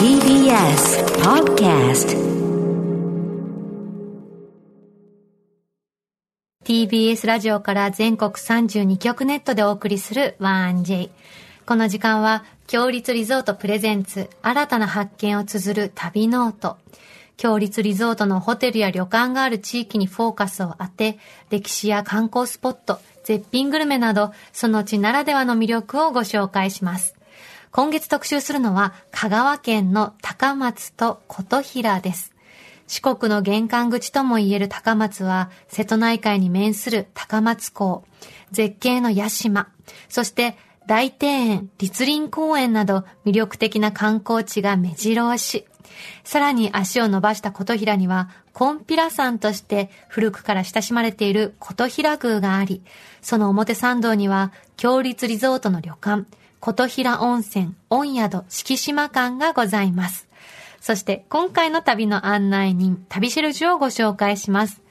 TBS Podcast TBS ラジオから全国32局ネットでお送りする 1J。この時間は、強立リゾートプレゼンツ、新たな発見を綴る旅ノート。強立リゾートのホテルや旅館がある地域にフォーカスを当て、歴史や観光スポット、絶品グルメなど、その地ならではの魅力をご紹介します。今月特集するのは、香川県の高松と琴平です。四国の玄関口ともいえる高松は、瀬戸内海に面する高松港、絶景の屋島、そして大庭園、立林公園など魅力的な観光地が目白押し。さらに足を伸ばした琴平には、コンピラ山として古くから親しまれている琴平宮があり、その表参道には、強立リゾートの旅館、琴平温泉、温宿、敷島館がございます。そして今回の旅の案内人、旅シェルジュをご紹介します。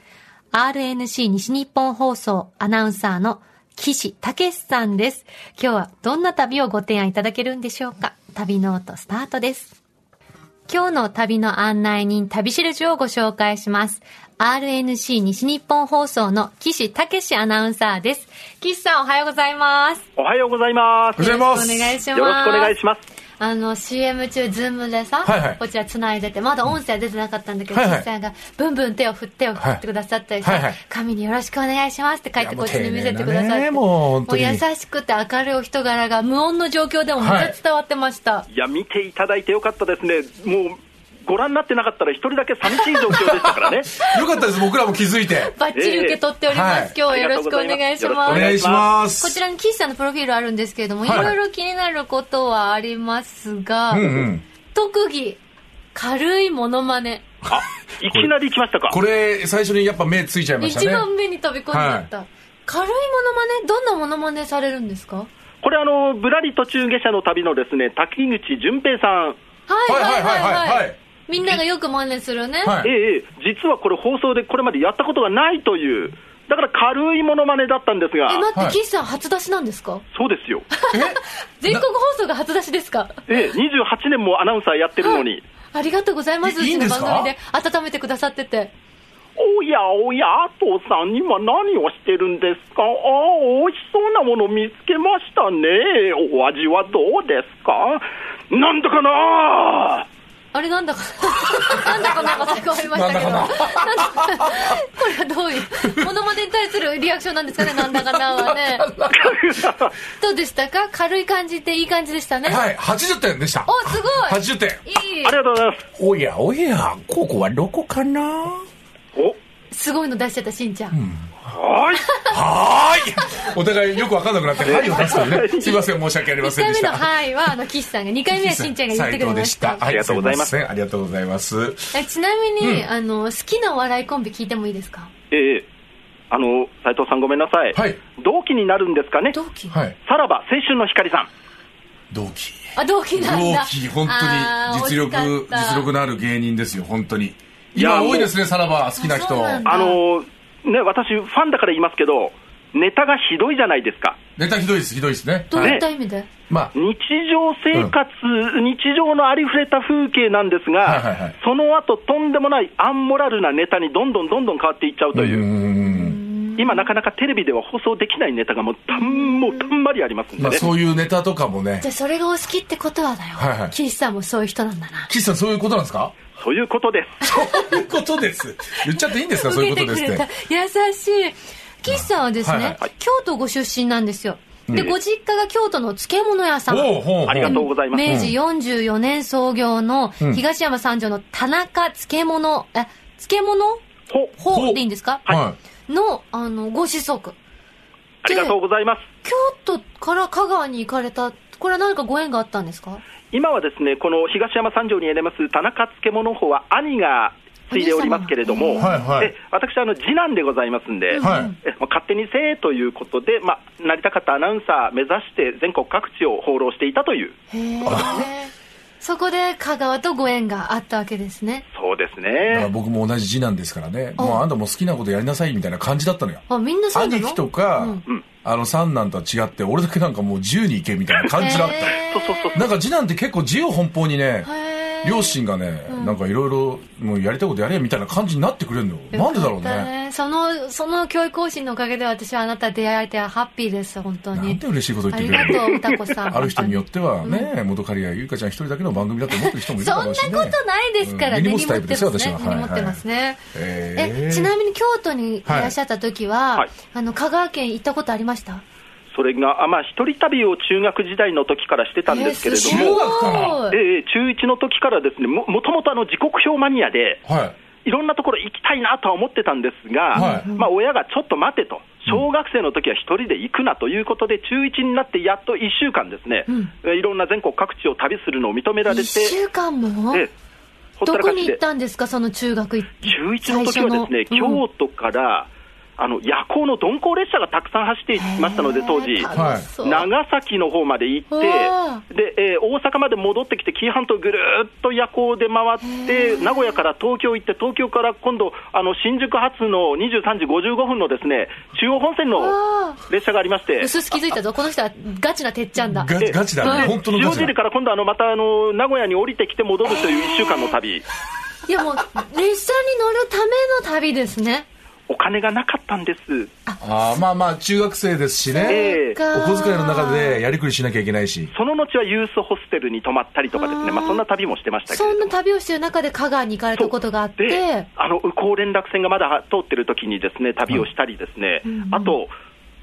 RNC 西日本放送アナウンサーの岸武史さんです。今日はどんな旅をご提案いただけるんでしょうか旅ノートスタートです。今日の旅の案内人、旅しるじをご紹介します。RNC 西日本放送の岸武史アナウンサーです。岸さんおはようございます。おはようございます。おはようございますよろしくお願いします。よろしくお願いします。あの CM 中、ズームでさ、はいはいこちら繋いでて、まだ音声出てなかったんだけど、はいはい岸さんがブンブン手を振ってを振ってくださったりして、はいはい紙によろしくお願いしますって書いて、いやこもっうちに見せてくだ丁寧さだって、ねもう本当にもう優しくて明るいお人柄が、無音の状況でもめっちゃ伝わってました。いや、見ていただいてよかったですね。もう、ご覧になってなかったら一人だけ寂しい状況でしたから ね。よかったです、僕らも気づいて。バッチリ受け取っております。ええ今日はよろしくお願いしまありがとおうございます。す願いします。こちらに岸さんのプロフィールあるんですけれども、いはいろいろ気になることはありますが、うんうん。特技、軽いモノマネ。あ、いきなり来ましたか。これ、最初にやっぱ目ついちゃいました一ね。番目に飛び込んじゃった。軽いモノマネどんなモノマネされるんですかはこれ、あの、ぶらり途中下車の旅のですね、滝口淳平さん。いはいはいはいはいははいい。みんながよく真似するね。はいええ、実はこれ放送でこれまでやったことがないという、だから軽いモノマネだったんですがえ、、待っはて、い岸さん初出しなんですかそうですよ。全国放送が初出しですかええ、28年もアナウンサーやってるのに、ありがとうございます。ういいいちんのです番か組で温めてくださってて。おやおや、阿藤さん、今何をしてるんですかああ、美味しそうなもの見つけましたね。お味はどうですかなんだかなあれなんだか、な んだかなんか最後ありましたけど。ななんんだだか これはどういう、モノマネに対するリアクションなんですかね、なんだかなはね。どうでしたか軽い感じでいい感じでしたね。はい、80点でした。お、すごい80点。いいありがとうございます。おやおや、ここはどこかなお、すごいの出しちゃった、しんちゃん。はい。はーい。お互いよくわかんなくなって、はいを出したよね。すいません、申し訳ありま1せん回で目しのた。はいは、あの、岸さんが、2回目はしんちゃんが言ってくれました。斉藤ではあいりがとうございますすませんありがとうございます。えちなみに、あの、好きなお笑いコンビ聞いてもいいですかええあの、斉藤さんごめんなさい。はい同期になるんですかね。同期、はい。さらば青春の光さん。同期。あ、同期なんだ。同期、本あー当に実惜力し、かった実力のある芸人ですよ、本当に。いや今多いですね、さらば、好きなあそう人。なんだあの、ね、私、ファンだから言いますけど、ネタがひどいじゃないですか。ネタひどいです、ひどいですね。どうはいいった意味で、ま日常生活、日常のありふれた風景なんですが、はいはいはいその後とんでもないアンモラルなネタにどんどんどんどん変わっていっちゃうあ、というう、ん。今、なかなかテレビでは放送できないネタがもうたんもうたんまりありますんでね、まあ、そういうネタとかもねじゃ。あそれがお好きってことはだよ。はいはい岸さんもそういう人なんだな。岸さん、そういうことなんですかそういうことです。そういうことです。言っちゃっていいんですか、そういうことです受けってて。くれた優しい岸さんはですね、はいはい京都ご出身なんですよで、うんご実家が京都の漬物屋さんおうほうほうありがとうございます。明治44年創業のうん東山三条の田中漬物、え、漬物ほ法ほでいいんですか、はの、あの、ご子息。ありがとうございます。京都から香川に行かれた、これは何かご縁があったんですか今はですね、この東山三条にあります田中漬物法は兄が継いでおりますけれどおも、兄様はいはいえ私あの、次男でございますんで、い。はい。え まあ勝手にせえということで、まあ、なりたかったアナウンサー目指して全国各地を放浪していたという、へえ。 そこで香川とご縁があったわけですね。そうですだからね。僕も同じ次男ですからね。あもうあんたも好きなことやりなさいみたいな感じだったのよ。あ、みんなそうなの兄貴とか、うんうんあの三男とは違って俺だけなんかもう自由に行けみたいな感じだっへそうそうそうたなんか次男って結構自由奔放にねへー両親がね、なんかいろいろもうやりたいことやれみたいな感じになってくれるのよなんでだろうよかったねその、その教育方針のおかげで私はあなた出会えてハッピーです、本当に。なんて嬉しいこと言っあてりくれがるのとう、歌子さん。ある人によってはね、元カリやゆいかちゃん一人だけの番組だと思ってる人もいるそかんなもしれこない。とないですからうね。ん根に持つタイプですよ、根私に持は。ってますね根に持ってますね。ね。ええ、ーちなみに京都にいらっしゃった時は、はいはいあの、香川県行ったことありましたそれが、あまあ、一人旅を中学時代の時からしてたんですけれどえーも、中学からすごいええ中1の時からですね、ももともとあの時刻表マニアで、はい。いろんなところ行きたいなとは思ってたんですが、はいまあ、親がちょっと待てと、小学生の時は一人で行くなということで、中1になってやっと1週間ですね、えいろんな全国各地を旅するのを認められて、一週間もええほったどらこかしに行っで、たんですか、その中学中1の時はですね、最初の京都から、あの夜行の鈍行列車がたくさん走っていましたので、当時。い長崎の方まで行っうわて、でえー大阪まで戻ってきて、紀伊半島ぐるーっと夜行で回って、名古屋から東京行って、東京から今度、あの新宿発の23時55分のですね中央本線の列車がありまして、薄す気づいたぞ、この人はガチなてっちゃんだ。ガえガチだね。で本当のガ塩チ尻だ。から今度あの、またあの名古屋に降りてきて戻るという1週間の旅、いやもう、列車に乗るための旅ですね。お金がなかったんです。あーまあまあ、中学生ですしね。ええお小遣いの中でやりくりしなきゃいけないし。その後はユースホステルに泊まったりとかですね、まあ、そんな旅もしてましたけそれんどなも。旅をしてる中で香川に行かれたことがあっでて、あの宇高連絡船がまだ通ってる時にですね旅をしたりですね、あと、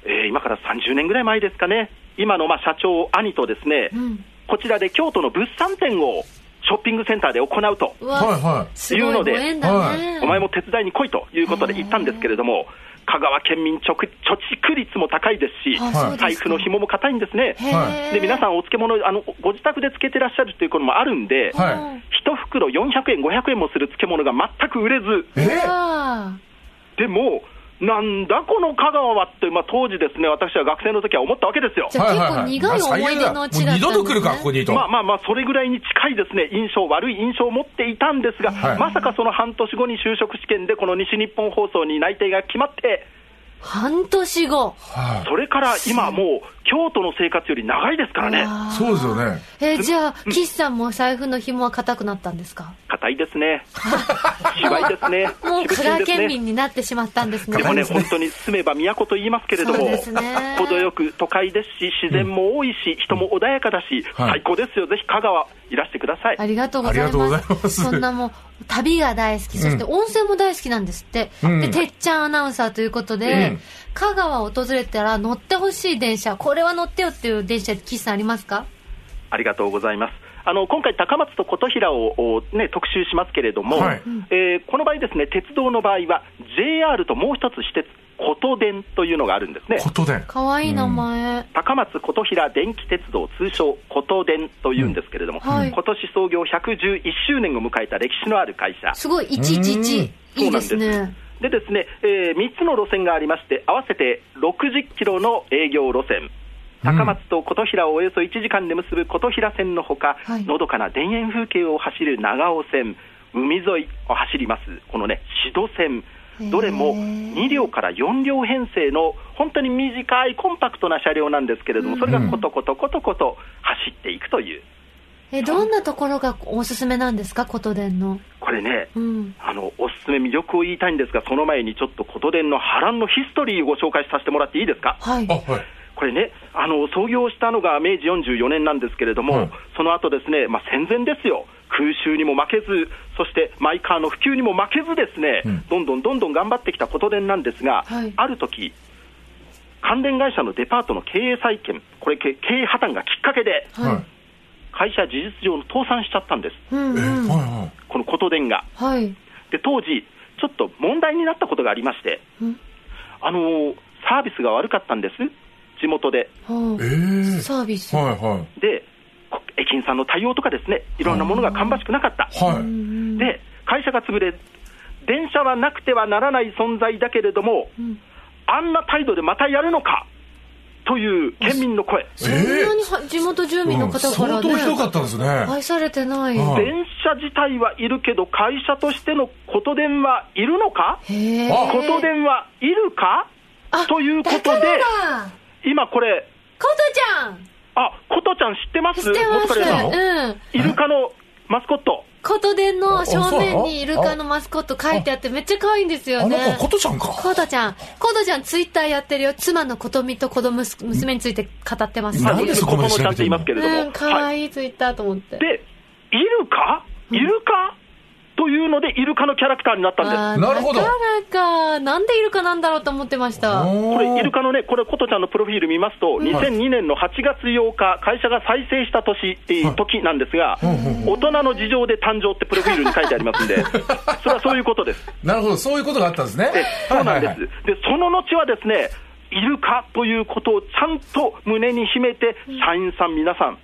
えー今から30年ぐらい前ですかね、今のまあ社長、兄とですね、んこちらで京都の物産展をショッピングセンターで行うと、うはいわ、はすごいご縁だね。お前も手伝いに来いということで行ったんですけれども、香川県民貯貯蓄率も高いですしあそうですか、財布の紐も硬いんですね。へーで皆さん、お漬物あの、ご自宅で漬けてらっしゃるということもあるんで、い。は一袋400円、500円もする漬物が全く売れず、い。えうーわでも、なんだこの香川はって、まあ、当時ですね、私は学生の時は思ったわけですよ。じゃあ結構苦い思い出の地だったんですねもう二度と来るか、ここにと。まあまあまあ、それぐらいに近いですね、印象、悪い印象を持っていたんですが、はいまさかその半年後に就職試験で、この西日本放送に内定が決まって、半年後。はい。それから今もう、京都の生活より長いですからね、そうですよね。えーじゃあ、岸さんも財布の紐は硬くなったんですか硬いで すね、芝居ですね、もうしぶ香しん川です県ね。民になってしまったんですね。でもね、本当に住めば都と言いますけれどそも、うですね程よく都会ですし、自然も多いし、人も穏やかだし、はい最高ですよ、ぜひ香川、いらしてください。ありがとうございありがとうございま。ますすそんなもう、旅が大好き、そして温泉も大好きなんですって。うんで、てっちゃんアナウンサーということで、うん香川を訪れたら乗ってほしい電車、これは乗ってよっていう電車、岸さんありますかありがとうございます。あの今回、高松と琴平を、おね、特集しますけれども、はいえーこの場合ですね、鉄道の場合は、JR ともう一つ私鉄、琴電というのがあるんですね。ことで。かわいい名前。高松琴平電気鉄道、通称、琴電というんですけれども、うんはい今年創業111周年を迎えた歴史のある会社、すごい、111。うんいいですそうなね。でですね、え3つの路線がありまして、合わせて60キロの営業路線、高松と琴平をおよそ1時間で結ぶ琴平線のほか、はいのどかな田園風景を走る長尾線、海沿いを走ります、このね、志度線。どれへもー2両から4両編成の本当に短いコンパクトな車両なんですけれども、それがことことことこと走っていくという、え、どんなところがおすすめなんですか、琴電の。これね、うん。あのおすすめ魅力を言いたいんですが、その前にちょっと琴電の波乱のヒストリーをご紹介させてもらっていいですか。はいあ、。はい。これね、あの創業したのが明治44年なんですけれども、はいその後ですね、まあ、戦前ですよ、空襲にも負けず、そしてマイカーの普及にも負けず、ですね、うんどんどんどんどん頑張ってきたことでんなんですが、はいある時関連会社のデパートの経営再建、これ、け経営破綻がきっかけで、はいはい。会社、事実上の倒産しちゃったんです、うんえうん。ーはい。はいはい。このことでんが。で当時、ちょっと問題になったことがありましてうん、あのーサービスが悪かったんです、地元で。はえいーサービス。はいはい。で、こ駅員さんの対応とかですね、いろんなものが芳しくなかった。はうい。んで、会社が潰れ、電車はなくてはならない存在だけれども、んあんな態度でまたやるのかという県民の声。そんなには地元住民のうん方から相ね、当ひどかったですね。愛されてない。はい電車自体はいるけど、会社としてのこと電はいるのかへえ。あこと電はいるかということでだからだ今これ、コトあ、コトちゃん知ってますちゃん知ってまもしかしたらす。うん。イルカのマスコット。コトデンの正面にイあルカのマスコット書いてあってめっちゃ可愛いんですよあのね。子、ことちゃんか。コートちゃん、コートちゃんツイッターやってるよ。妻のことみと子供す、娘について語ってますなよ。んでそこまで子供調ちゃんべっててんいますけれのども。うん、可はい愛いツイッターと思って。で、イルカイルカというので、イルカのキャラクターになったんです。あーなるほどなかなか、なんでイルカなんだろうと思ってました。これ、イルか。カのね、これ、ことちゃんのプロフィール見ますと、2002年の8月8日、会社が再生した年、えー時なんですが、大人の事情で誕生ってプロフィールに書いてあります んで、それはそういうことです。なるほど、そういうことがあったんですねで。そうなんです、はいはいはいでその後はですね、イルカということをちゃんと胸に秘めて、社員さん、皆さん、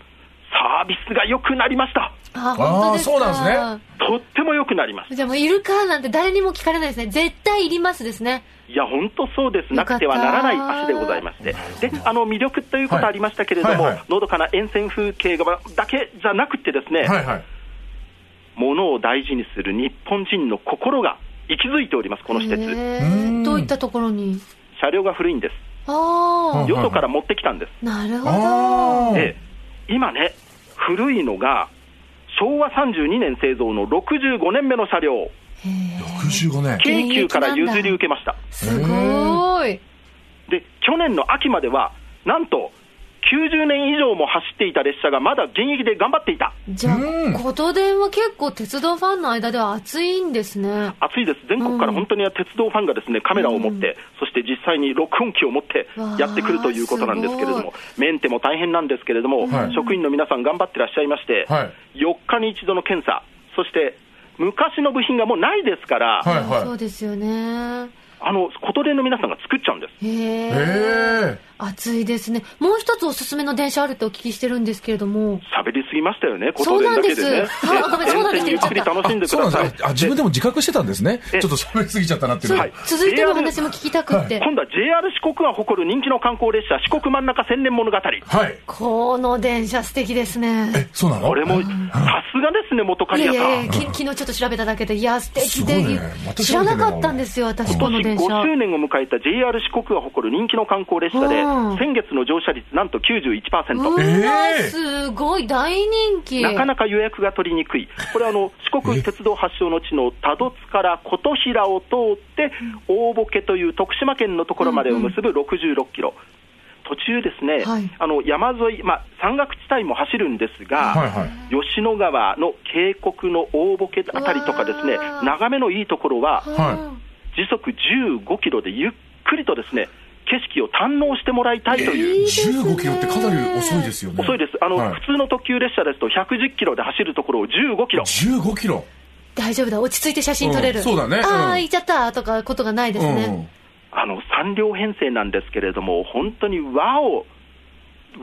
サービスが良くなりました、あ、本当ですか。あーそうなんでとっても良くなりましじゃあもうイルカなんて誰にも聞かれないですね。絶対いりますですね。た、いや、本当そうです、よなかくったてはならない足でございまして、であの魅力ということありましたけれども、はいはいはいのどかな沿線風景がだけじゃなくて、ですね、はいはい。ものを大事にする日本人の心が息づいております、この施設、へうーんどういったところに車両が古いんです、あよよそから持ってきたんです。あ、なるほあど。ーで今ね、古いのが、昭和32年製造の65年目の車両、へー65年。京急から現役なん譲だり受けました。すごーい。で、去年の秋までは、なんと、90年以上も走っていた列車がまだ現役で頑張っていた。じゃうんあ、ことでんは結構鉄道ファンの間では熱いんですね。暑いです。全国から本当に鉄道ファンがですね、カメラを持って、そして実際に録音機を持ってわあやってくるということなんですけれどすごも、メンテも大変なんですけれども、はい職員の皆さん頑張ってらっしゃいまして、はい4日に一度の検査、そして昔の部品がもうないですから、はいそはうですよね。あの、琴連の皆さんが作っちゃうんです。へい。え。へ熱いですね。もう一つおすすめの電車あるとお聞きしてるんですけれども。喋りすぎましたよね、そ琴う連なんだでけすでね。あごめんそうなんです沿線ゆっくり楽しんでえ。あくそうだなさんいです。。あ、自分でも自覚してたんですね。ちえょっと喋りすぎちゃったなっていうそのうは。続いてのお話も聞きたくって。今度は JR 四国が誇る人気の観光列車、四国真ん中千年物語。はい。この電車素敵ですね。そうなのこれも、さすがですね、元い刈や谷いさやいんや。き昨日ちょっと調べただけで、いや、素敵すで、ごいねまた知調らべなてんだかったんですよ、私、こ今の年電車。 5周年を迎えた JR 四国が誇る人気の観光列車でうん、先月の乗車率なんと91%。うわえ、えすごい、大人気。なかなか予約が取りにくい、これはあの四国鉄道発祥の地の多度津から琴平を通って、大ボケという徳島県のところまでを結ぶ66キロ、途中ですね、はいあの山沿い、まあ、山岳地帯も走るんですが、はいはい吉野川の渓谷の大ボケあたりとかですねうわ、ー眺めのいいところは、は時速15キロでゆっくりとですね景色を堪能してもらいたいという。いですね15キロってかなり遅いですよね。遅いですあの、はい普通の特急列車ですと110キロで走るところを15キロ、 15キロ。い大丈夫だ、落ち着いて写真撮れる。うんそうだねうんああ、行っちゃったとかことがないですね。あの3両編成なんですけれども、本当に和を、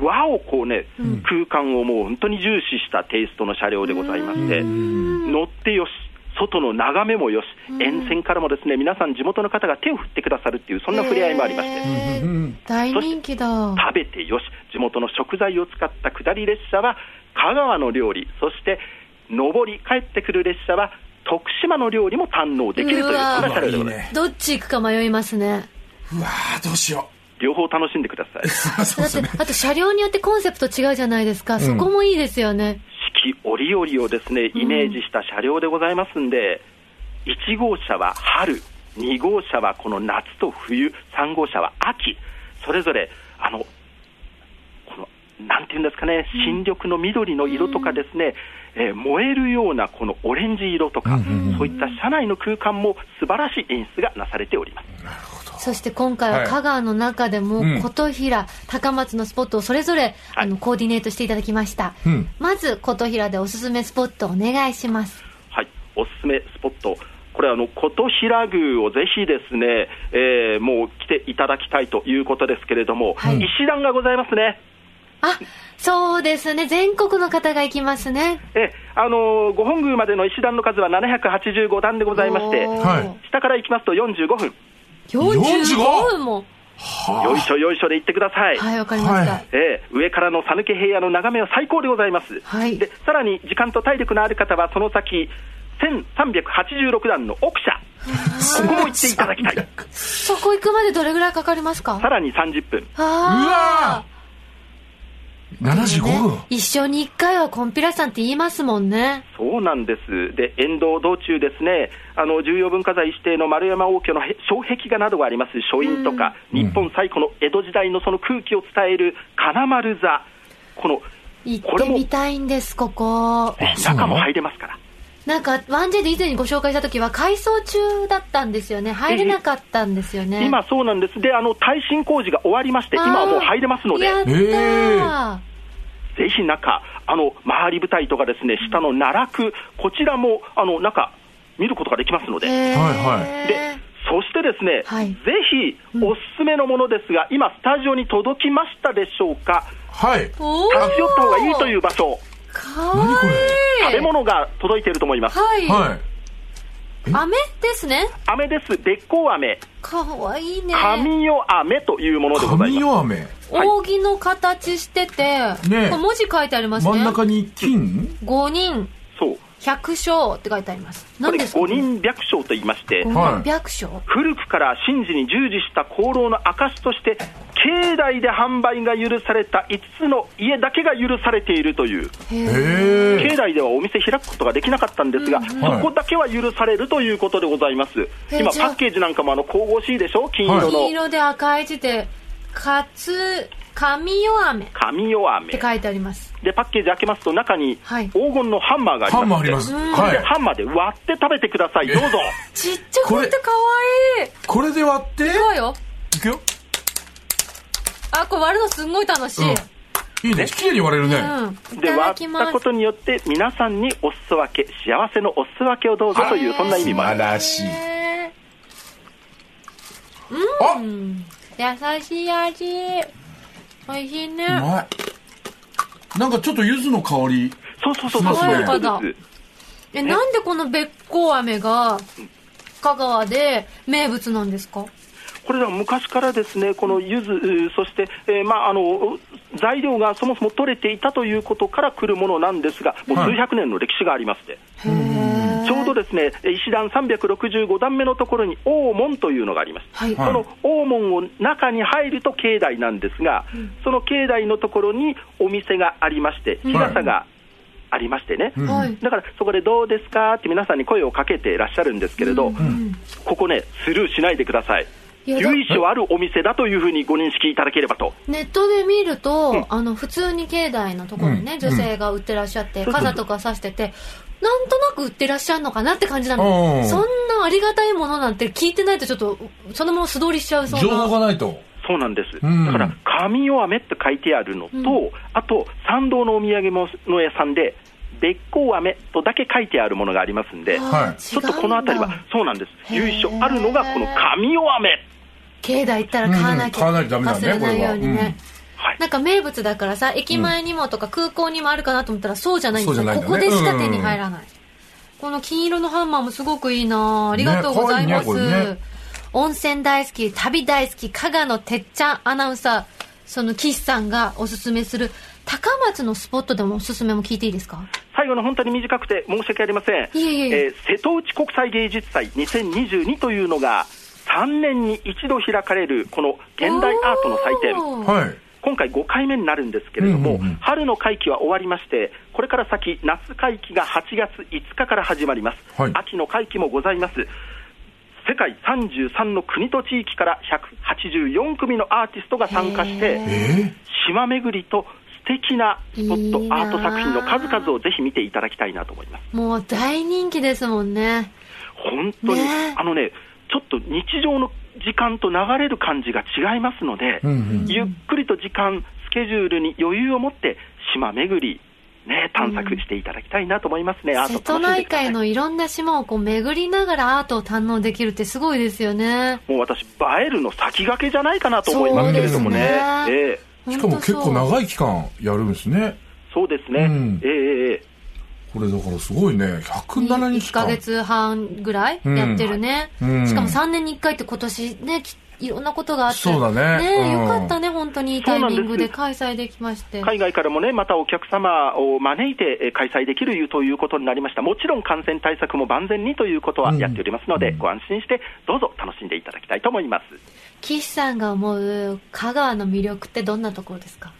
和をこうね、空間をもう本当に重視したテイストの車両でございまして、乗ってよし、外の眺めもよし、沿線からもですね皆さん、地元の方が手を振ってくださるっていう、そんな触れ合いもありまして。へうーん。うん大人気だ。食べてよし、地元の食材を使った下り列車は香川の料理、そして上り、帰ってくる列車は徳島の料理も堪能できるという、うわそんな車両でいいございます。ね。どっち行くか迷いますね。うわー、どうしよ両方楽しんでください。う。 そうだでっすてね。、あと車両によってコンセプト違うじゃないですか。そこもいいですよね。四季折々をですね、イメージした車両でございますんで、1号車は春、2号車はこの夏と冬、3号車は秋、それぞれ、あの、この、なんていうんですかね、新緑の緑の色とかですね、えー燃えるようなこのオレンジ色とか、そういった車内の空間も素晴らしい演出がなされております。そして今回は香川の中でも、はいうん琴平、高松のスポットをそれぞれ、あの、コーディネートしていただきました。うんまず、琴平でおすすめスポットお願いします。はい、おすすめスポット、これ、あの琴平宮をぜひですね、えーもう来ていただきたいということですけれども、はい石段がございますね。あ、そうですね。全国の方が行きますね。えあのー五本宮までの石段の数は785段でございまして、おーはい下から行きますと45分、 45分も。よいしょよいしょで行ってください、はい、わかりました。はいえー上からの讃岐平野の眺めは最高でございます、はいでさらに時間と体力のある方は、その先、 1386段の奥社ここも行っていただきたいそこ行くまでどれぐらいかかりますかさらに30分あ75ー分ね。一生に一回はコンピラさんって言いますもんね。そうなんです。で、沿道道中ですね、あの、重要文化財指定の丸山王居のへ障壁画などがあります書院とか、ん日本最古の江戸時代のその空気を伝える金丸座、この、行っこれてもみたいんです、ここ。あそうな中のも入れますから。なんか、ワンジェで以前にご紹介した時は改装中だったんですよね。入れなかったんですよね。今そうなんです。で、あの、耐震工事が終わりまして、あー、今はもう入れますので、やったー、へぜひ中、あの、周り舞台とかですね、下の奈落、こちらも、あの、中、見ることができますので。へーはいで、そしてですね、はいぜひおすすめのものですが、今、スタジオに届きましたでしょうか、はい。おー立ち寄った方がいいという場所、かわいい何これ食べ物が届いていると思います。はい、はい。飴ですね飴です、べっこう飴、かわいいね神代飴というものでございま神す。弱め。はい扇の形してて、ねえこれ文字書いてありますね真ん中に金5人そう百姓って書いてありますこ何れですか五人百姓と言いまして、はい百姓古くから神事に従事した功労の証として、境内で販売が許された5つの家だけが許されているという、へへええ境。内ではお店開くことができなかったんですが、はいそこだけは許されるということでございます、え今、パじゃあッケージなんかもあの神々しいでしょ、金色黄の色で赤い字で「かつ神よ飴」っ神代飴て、書いてありますでパッケージ開けますと、中にはい黄金のハンマーがありハンマーありまますす。のはで、い。ハンマーで割って食べてください、どうぞ、ちっちゃくてかわいいこれで割って、そうよいくよ。あこれ割るのすんごい楽しうんい、。いいね。綺麗に割れるね。うんいでただ割きっまたすことによって、皆さんにお裾分け、幸せのお裾分けをどうぞという、そんな意味もあある。らしい。へあー優しい味おいしいうねまい。なんかちょっと柚子の香り。そうそうそうそう爽やそかうでだすえなんでこのべっこう飴が香川で名物なんですかこれらは昔からですね、この柚子、うそして、えーまあ、あの材料がそもそも取れていたということから来るものなんですが、もうはい数百年の歴史がありまして、へえちょうどですね、えー石段365段目のところに王門というのがあります。はいはいその王門を中に入ると境内なんですが、その境内のところにお店がありまして、日傘がありましてね、うんはい だからそこでどうですかって皆さんに声をかけていらっしゃるんですけれど、ここね、スルーしないでください。いやだ由緒あるお店だというふうにご認識いただければと。ネットで見ると、あの普通に境内のところにね、うん女性が売ってらっしゃって、そうそう傘とかさしててなんとなく売ってらっしゃるのかなって感じなうのんそんなありがたいものなんて聞いてないとちょっとそのまま素通りしちゃうそう情報ながないと。そうなんです。うんだから、神代飴って書いてあるのと、あと、参道のお土産物屋さんで、べっこう飴とだけ書いてあるものがありますんで、はいちょっとこの辺りは、そうなんです。由緒あるのが、この神代飴。境内行ったら買わなきゃ、うんうん買わないとダメだね忘れないようにこれはね、はい。なんか名物だからさ駅前にもとか空港にもあるかなと思ったらそうじゃないんですよ、そうじゃないんだこねこでしか手に入らない、この金色のハンマーもすごくいいなありがとうございます、ね可愛いねこれね温泉大好き旅大好き加賀のてっちゃんアナウンサーその岸さんがおすすめする高松のスポットでもおすすめも聞いていいですか最後の本当に短くて申し訳ありません。いえいえいえー瀬戸内国際芸術祭2022というのが、3年に一度開かれる、この現代アートの祭典。おーはい。今回5回目になるんですけれども、うんうんうん春の会期は終わりまして、これから先、夏会期が8月5日から始まります、はい秋の会期もございます、世界33の国と地域から184組のアーティストが参加しへて、え島巡りと素敵なスポット、いいなあアート作品の数々をぜひ見ていただきたいなと思います。もう大人気ですもんね本当に、ねえあのね、ちょっと日常の時間と流れる感じが違いますので、うんうんゆっくりと時間、スケジュールに余裕を持って、島巡り、ね、探索していただきたいなと思いますね、アート瀬戸楽しん内でください海のいろんな島をこう巡りながらアートを堪能できるってすごいですよね。もう私、映えるの先駆けじゃないかなと思いますけれどもね、そうですねええしかも結構い。長い期間やるんですね。そうですね、うんええええこれだからすごいね。107 1日間。ヶ月半ぐらいやってるね。うんしかも3年に1回って今年ね、きいろんなことがあって。そうだねねうんよかったね、本当にいいタイミングで開催できまして。海外からもね、またお客様を招いてえー開催できるということになりました。もちろん感染対策も万全にということはやっておりますので、ご安心してどうぞ楽しんでいただきたいと思います。岸さんが思う香川の魅力ってどんなところですか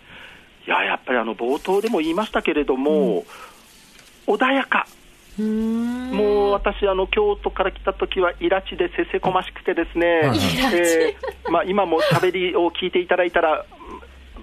いや、やっぱりあの冒頭でも言いましたけれども、穏やか。うーん。もう私、あの京都から来た時は、いらちでせせこましくてですね、はいえーまあ、今も喋りを聞いていただいたら、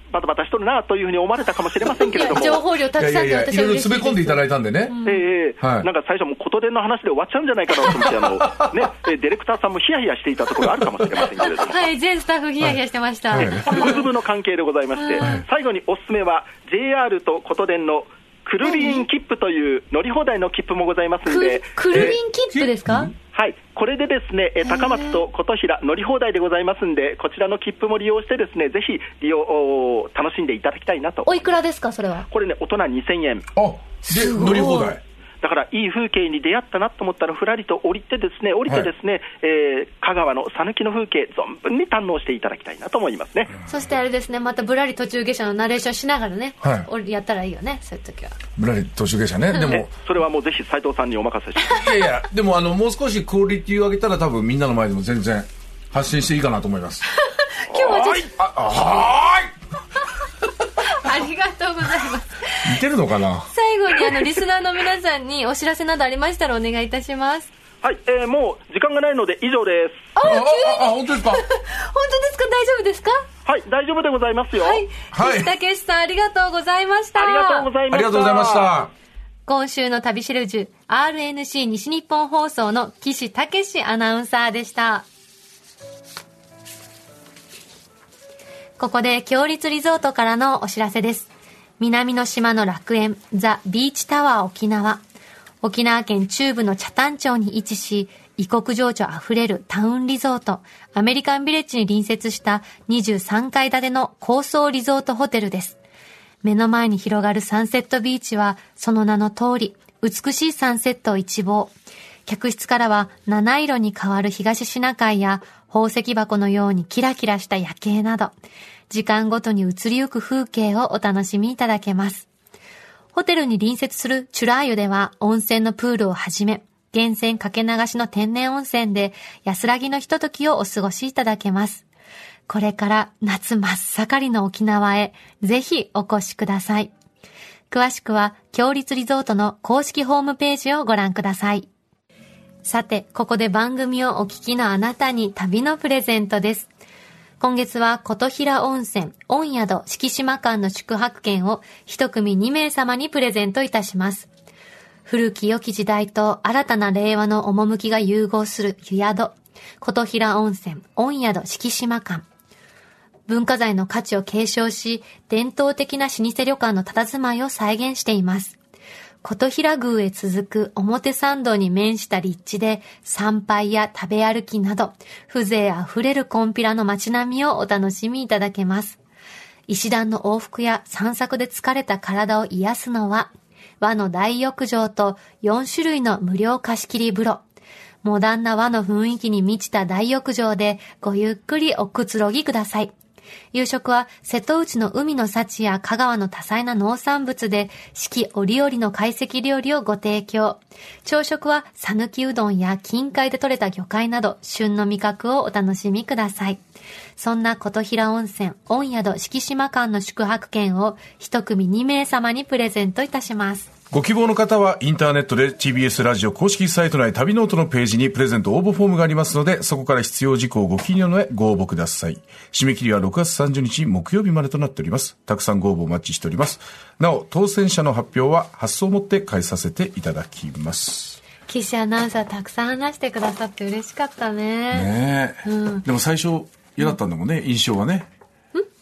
バタバタしとるなというふうに思われたかもしれませんけいれやども、情報量たくいやいさやんいでや、私いはろいろ嬉しい詰め込んでいただいいたんでね。ええはいなんか最初、もう琴電の話で終わっちゃうんじゃないかなと思って、あのねえーディレクターさんもヒヤヒヤしていたところがあるかもしれませんけれど も。はい、全スタッフヒヤヒヤしてました。はい粒々の関係でございまして、最後におすすめは、JR と琴電のくるりん切符という乗り放題の切符もございますんくで、くるりん切符ですかはい、これでですね、えー高松と琴平乗り放題でございますんで、こちらの切符も利用してですね、ぜひ利用おー楽しんでいただきたいなと。おいくらですかそれは。これね、大人2000円。あ、で、すごい乗り放題。だから、いい風景に出会ったなと思ったら、ふらりと降りてですね、降りてですね、えー香川の讃岐の風景、存分に堪能していただきたいなと思いますね。そしてあれですね、またぶらり途中下車のナレーションしながらね、はいおやったらいいよね、そういう時は。ぶらり途中下車ね。でえも、それはもうぜひ斉藤さんにお任せ して。いやいや、でもあの、もう少しクオリティを上げたら多分みんなの前でも全然発信していいかなと思います。今日はちょっあ、はと、ありがとうございます。ーい似てるのかな最後にあの、リスナーの皆さんにお知らせなどありましたらお願いいたします。はい、えーもう時間がないので以上です。あ、あ、あ、本当ですか本当ですか大丈夫ですかはい、大丈夫でございますよ。はい。はい岸武史さんありがとうございました。ありがとうございあました。りがとうございました。今週の旅シェルジュ、RNC 西日本放送の岸武史アナウンサーでした。ここで、強立リゾートからのお知らせです。南の島の楽園、ザ・ビーチタワー沖縄。沖縄県中部の北谷町に位置し、異国情緒あふれるタウンリゾート、アメリカンビレッジに隣接した23階建ての高層リゾートホテルです。目の前に広がるサンセットビーチは、その名の通り、美しいサンセットを一望。客室からは七色に変わる東シナ海や宝石箱のようにキラキラした夜景など、時間ごとに移りゆく風景をお楽しみいただけます。ホテルに隣接するチュラー湯では温泉のプールをはじめ、源泉かけ流しの天然温泉で安らぎのひとときをお過ごしいただけます。これから夏真っ盛りの沖縄へぜひお越しください。詳しくは、強立リゾートの公式ホームページをご覧ください。さて、ここで番組をお聞きのあなたに旅のプレゼントです。今月は琴平温泉、温宿、敷島間の宿泊券を一組2名様にプレゼントいたします。古き良き時代と新たな令和の趣が融合する湯宿、琴平温泉、温宿、敷島間。文化財の価値を継承し、伝統的な老舗旅館の佇まいを再現しています。琴平宮へ続く表参道に面した立地で、参拝や食べ歩きなど、風情あふれるコンピラの街並みをお楽しみいただけます。石段の往復や散策で疲れた体を癒すのは、和の大浴場と4種類の無料貸し切り風呂。モダンな和の雰囲気に満ちた大浴場でごゆっくりおくつろぎください。夕食は瀬戸内の海の幸や香川の多彩な農産物で四季折々の懐石料理をご提供。朝食は讃岐うどんや近海で採れた魚介など旬の味覚をお楽しみください。そんな琴平温泉、温宿、敷島間の宿泊券を一組2名様にプレゼントいたします。ご希望の方はインターネットで TBS ラジオ公式サイト内旅ノートのページにプレゼント応募フォームがありますので、そこから必要事項をご記入の上ご応募ください。締め切りは6月30日木曜日までとなっております。たくさんご応募お待ちしております。なお、当選者の発表は発送をもって返させていただきます。岸アナウンサーたくさん話してくださって嬉しかったね。ねえ、うんでも最初嫌だったんだもんね、印象はね。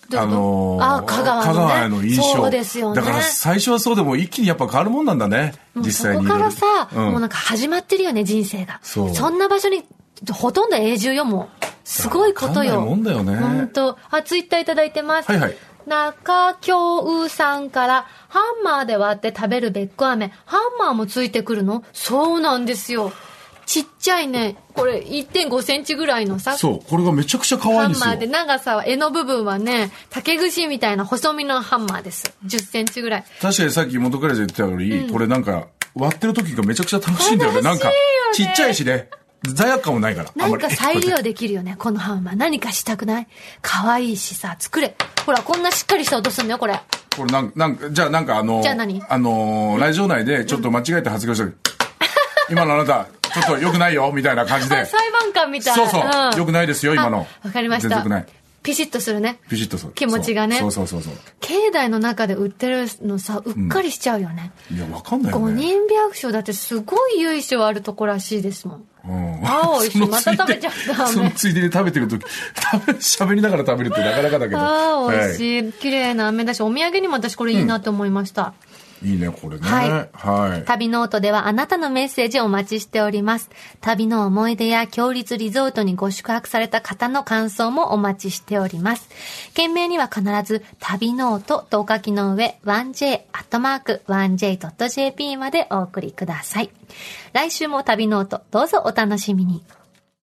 どういうことのーあ香川のねの印象そうですよねだから最初はそうでも一気にやっぱ変わるもんなんだねもう実そ際こにからさ、うんもうなんか始まってるよね、人生が。そそううんな場所に、ほとんど永住よ、もう。すごいことよ。わかんないもんだよねほんとあ、ツイッターいただいてます。はいはい中京うさんから、ハンマーで割って食べるべっこ飴、ハンマーもついてくるのそうなんですよ。ちっちゃいね、これ1.5センチぐらいのさ、そう、これがめちゃくちゃ可愛いハんンですよ。マーで、長さは、柄の部分はね、竹串みたいな細身のハンマーです。10センチぐらい。確かにさっき元彼氏が言ってたより、これなんか、割ってる時がめちゃくちゃ楽しいんだよね。なんか楽、しいよちねっちゃいしね。罪悪感もないから。あん何まりか再利用できるよね、このハンマー。何かしたくない可愛いしさ、作れ。ほら、こんなしっかりした音すんだよ、これ。これなんなんか、じゃあなんかあの、じゃあ何のー、ラジオ内でちょっと間違えて発言した時、今のあなた、ちょっと良くないよ、みたいな感じあで。裁判官みたいそうそう、ん良くないですよ、今のあ。わかりまし全た然良くない。ピシッとするねピシッとそう。気持ちがねそうそうそうそう。境内の中で売ってるのさうっかりしちゃうよね、いや、わかんないよ五ね。人百姓だってすごい由緒あるとこらしいですもんうん青いしそのまた食べちゃっついたでそのついでに食べてる時、食べ喋りながら食べるってなかなかだけど。ああ美味はしい、綺麗な飴だしお土産にも私これいいなと思いました、い。いいね、これね。ははい。旅ノートではあなたのメッセージをお待ちしております。旅の思い出や強立リゾートにご宿泊された方の感想もお待ちしております。件名には必ず旅ノートとお書きの上 1j.1j.jp までお送りください。来週も旅ノートどうぞお楽しみに。